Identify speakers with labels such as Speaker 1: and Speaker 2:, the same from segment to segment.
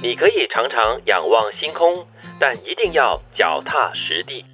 Speaker 1: 你可以常常仰望星空，但一定要脚踏实地。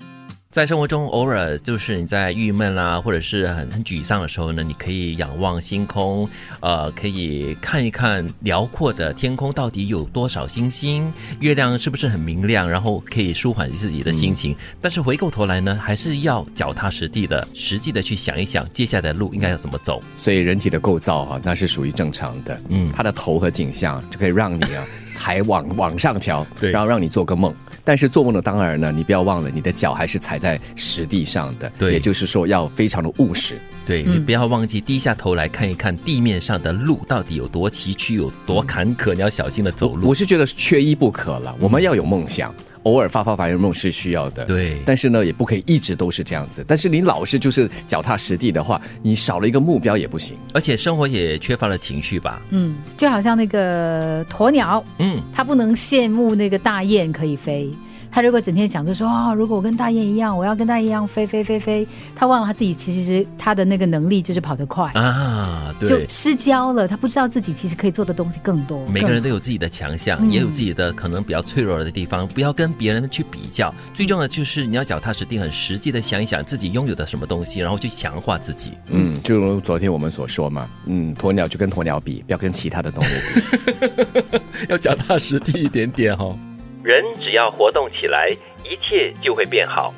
Speaker 2: 在生活中，偶尔就是你在郁闷啦、或者是很很沮丧的时候呢，你可以仰望星空，呃，可以看一看辽阔的天空到底有多少星星，月亮是不是很明亮，然后可以舒缓自己的心情。
Speaker 1: 嗯
Speaker 2: 但是回过头来呢，还是要脚踏实地的，实际的去想一想接下来的路应该要怎么走。
Speaker 3: 所以人体的构造啊，那是属于正常的。
Speaker 2: 嗯
Speaker 3: 嗯，它的头和颈项就可以让你啊抬往往上调，
Speaker 2: 对
Speaker 3: 然后让你做个梦。但是做梦的当然呢，你不要忘了，你的脚还是踩在实地上的，
Speaker 2: 对
Speaker 3: 也就是说要非常的务实。
Speaker 2: 对你不要忘记低下头来看一看地面上的路到底有多崎岖，有多坎坷，你要小心的走路
Speaker 3: 我。是觉得缺一不可了，我们要有梦想，偶尔发发白日梦是需要的。
Speaker 2: 嗯对
Speaker 3: 但是呢，也不可以一直都是这样子。但是你老是就是脚踏实地的话，你少了一个目标也不行。
Speaker 2: 而且生活也缺乏了情绪吧？
Speaker 4: 嗯，就好像那个鸵鸟，
Speaker 2: 嗯，
Speaker 4: 它不能羡慕那个大雁可以飞。它如果整天想着说啊、如果我跟大雁一样，我要跟大雁一样飞飞飞飞，它忘了它自己其实它的那个能力就是跑得快，
Speaker 2: 啊，
Speaker 4: 就
Speaker 2: 对。
Speaker 4: 失焦了。它不知道自己其实可以做的东西更多。
Speaker 2: 每个人
Speaker 4: 更
Speaker 2: 都有自己的强项，也有自己的可能比较脆弱的地方，不要跟别人去比较。最重要的就是你要脚踏实地，很实际的想一想自己拥有的什么东西，然后去强化自己。
Speaker 3: 嗯，就如昨天我们所说嘛，嗯，鸵鸟就跟鸵鸟比，不要跟其他的动物比。
Speaker 2: 要脚踏实地一点点哦。
Speaker 1: 人只要活动起来，一切就会变好。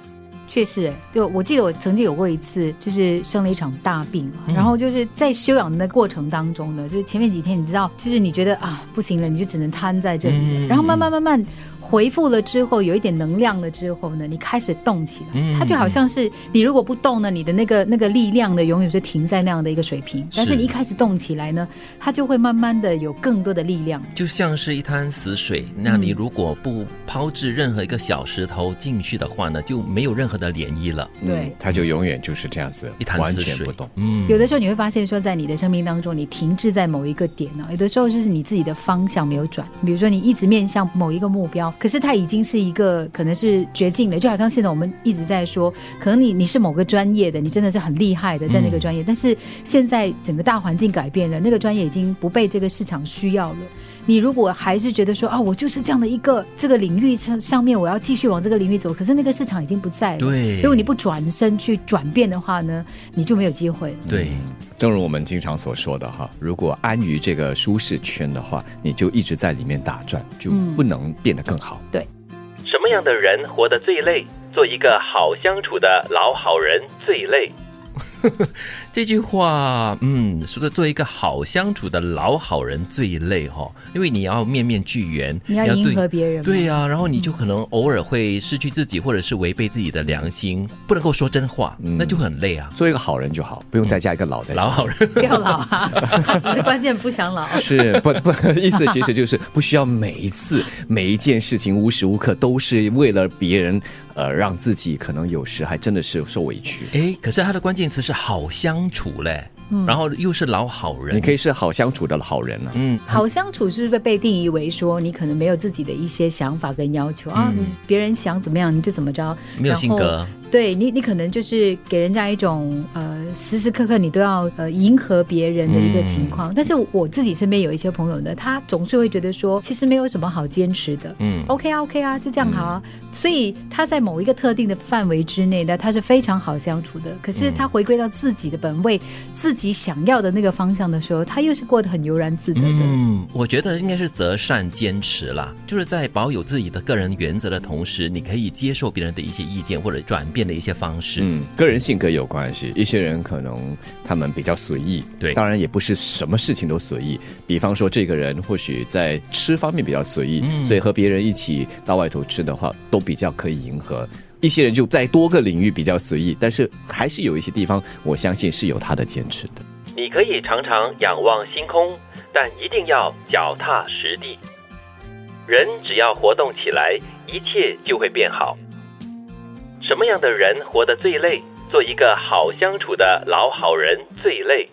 Speaker 4: 确实，就我记得我曾经有过一次，就是生了一场大病
Speaker 2: 嗯
Speaker 4: 嘛，然后就是在休养的过程当中呢，就是前面几天你知道，就是你觉得啊不行了，你就只能瘫在这里了，
Speaker 2: 嗯
Speaker 4: 然后慢慢慢慢恢复了之后，有一点能量了之后呢，你开始动起来，
Speaker 2: 嗯
Speaker 4: 它就好像是你如果不动呢，你的那个那个力量呢，永远是停在那样的一个水平，但是
Speaker 2: 是
Speaker 4: 你一开始动起来呢，它就会慢慢的有更多的力量。
Speaker 2: 就像是一滩死水，那你如果不抛掷任何一个小石头进去的话呢，就没有任何的涟漪了，
Speaker 4: 对
Speaker 3: 嗯，它就永远就是这样子，
Speaker 2: 一潭
Speaker 3: 完
Speaker 2: 死
Speaker 3: 全
Speaker 2: 水
Speaker 3: 不动。。
Speaker 2: 嗯，
Speaker 4: 有的时候你会发现，说在你的生命当中，你停滞在某一个点啊呢、有的时候就是你自己的方向没有转。比如说，你一直面向某一个目标，可是它已经是一个可能是绝境了。就好像现在我们一直在说，可能你你是某个专业的，你真的是很厉害的在那个专业，但是现在整个大环境改变了，那个专业已经不被这个市场需要了。你如果还是觉得说啊，我就是这样的一个这个领域上上面，我要继续往这个领域走，可是那个市场已经不在了。
Speaker 2: 对
Speaker 4: 如果你不转身去转变的话呢，你就没有机会了。
Speaker 2: 对，
Speaker 3: 嗯正如我们经常所说的哈，如果安于这个舒适圈的话，你就一直在里面打转，就不能变得更
Speaker 2: 嗯
Speaker 3: 好。
Speaker 1: 什么样的人活得最累？做一个好相处的老好人最累。
Speaker 2: 这句话，嗯，说的做一个好相处的老好人最累哈、因为你要面面俱圆，
Speaker 4: 你要迎
Speaker 2: 对。
Speaker 4: 合别人，
Speaker 2: 对，呀、然后你就可能偶尔会失去自己，或者是违背自己的良心，不能够说真话，
Speaker 4: 嗯
Speaker 2: 那就很累啊。
Speaker 3: 做一个好人就好，不用再加一个老在
Speaker 2: 老
Speaker 3: 上。
Speaker 2: 好人，
Speaker 4: 不要老啊， 他只是关键不想老。
Speaker 3: 是不 不意思，其实就是不需要每一次 每一件事情无时无刻都是为了别人，呃，让自己可能有时还真的是受委屈。
Speaker 2: 哎，可是他的关键词是好相处嘞，
Speaker 4: 嗯
Speaker 2: 然后又是老好人，
Speaker 3: 你可以是好相处的好人啊。
Speaker 2: 嗯，
Speaker 4: 好相处是不是被定义为说你可能没有自己的一些想法跟要求啊？别人想怎么样你就怎么着，
Speaker 2: 嗯没有性
Speaker 4: 然
Speaker 2: 格
Speaker 4: 后。对你，你可能就是给人家一种呃，时时刻刻你都要呃迎合别人的一个情
Speaker 2: 嗯
Speaker 4: 况。但是我自己身边有一些朋友呢，他总是会觉得说，其实没有什么好坚持的，
Speaker 2: 嗯
Speaker 4: ，OK 啊，OK 啊，就这样好啊。所以他在某一个特定的范围之内呢，他是非常好相处的。
Speaker 2: 嗯
Speaker 4: 可是他回归到自己的本位，自己想要的那个方向的时候，他又是过得很悠然自得的。
Speaker 2: 嗯，我觉得应该是择善坚持啦，就是在保有自己的个人原则的同时，你可以接受别人的一些意见或者转变的一些方式。
Speaker 3: 嗯，跟人性格有关系。一些人可能他们比较随意，
Speaker 2: 对
Speaker 3: 当然也不是什么事情都随意。比方说，这个人或许在吃方面比较随意，所以和别人一起到外头吃的话，都比较可以迎合。一些人就在多个领域比较随意，但是还是有一些地方，我相信是有他的坚持的。
Speaker 1: 你可以常常仰望星空，但一定要脚踏实地。人只要活动起来，一切就会变好。什么样的人活得最累？做一个好相处的老好人最累。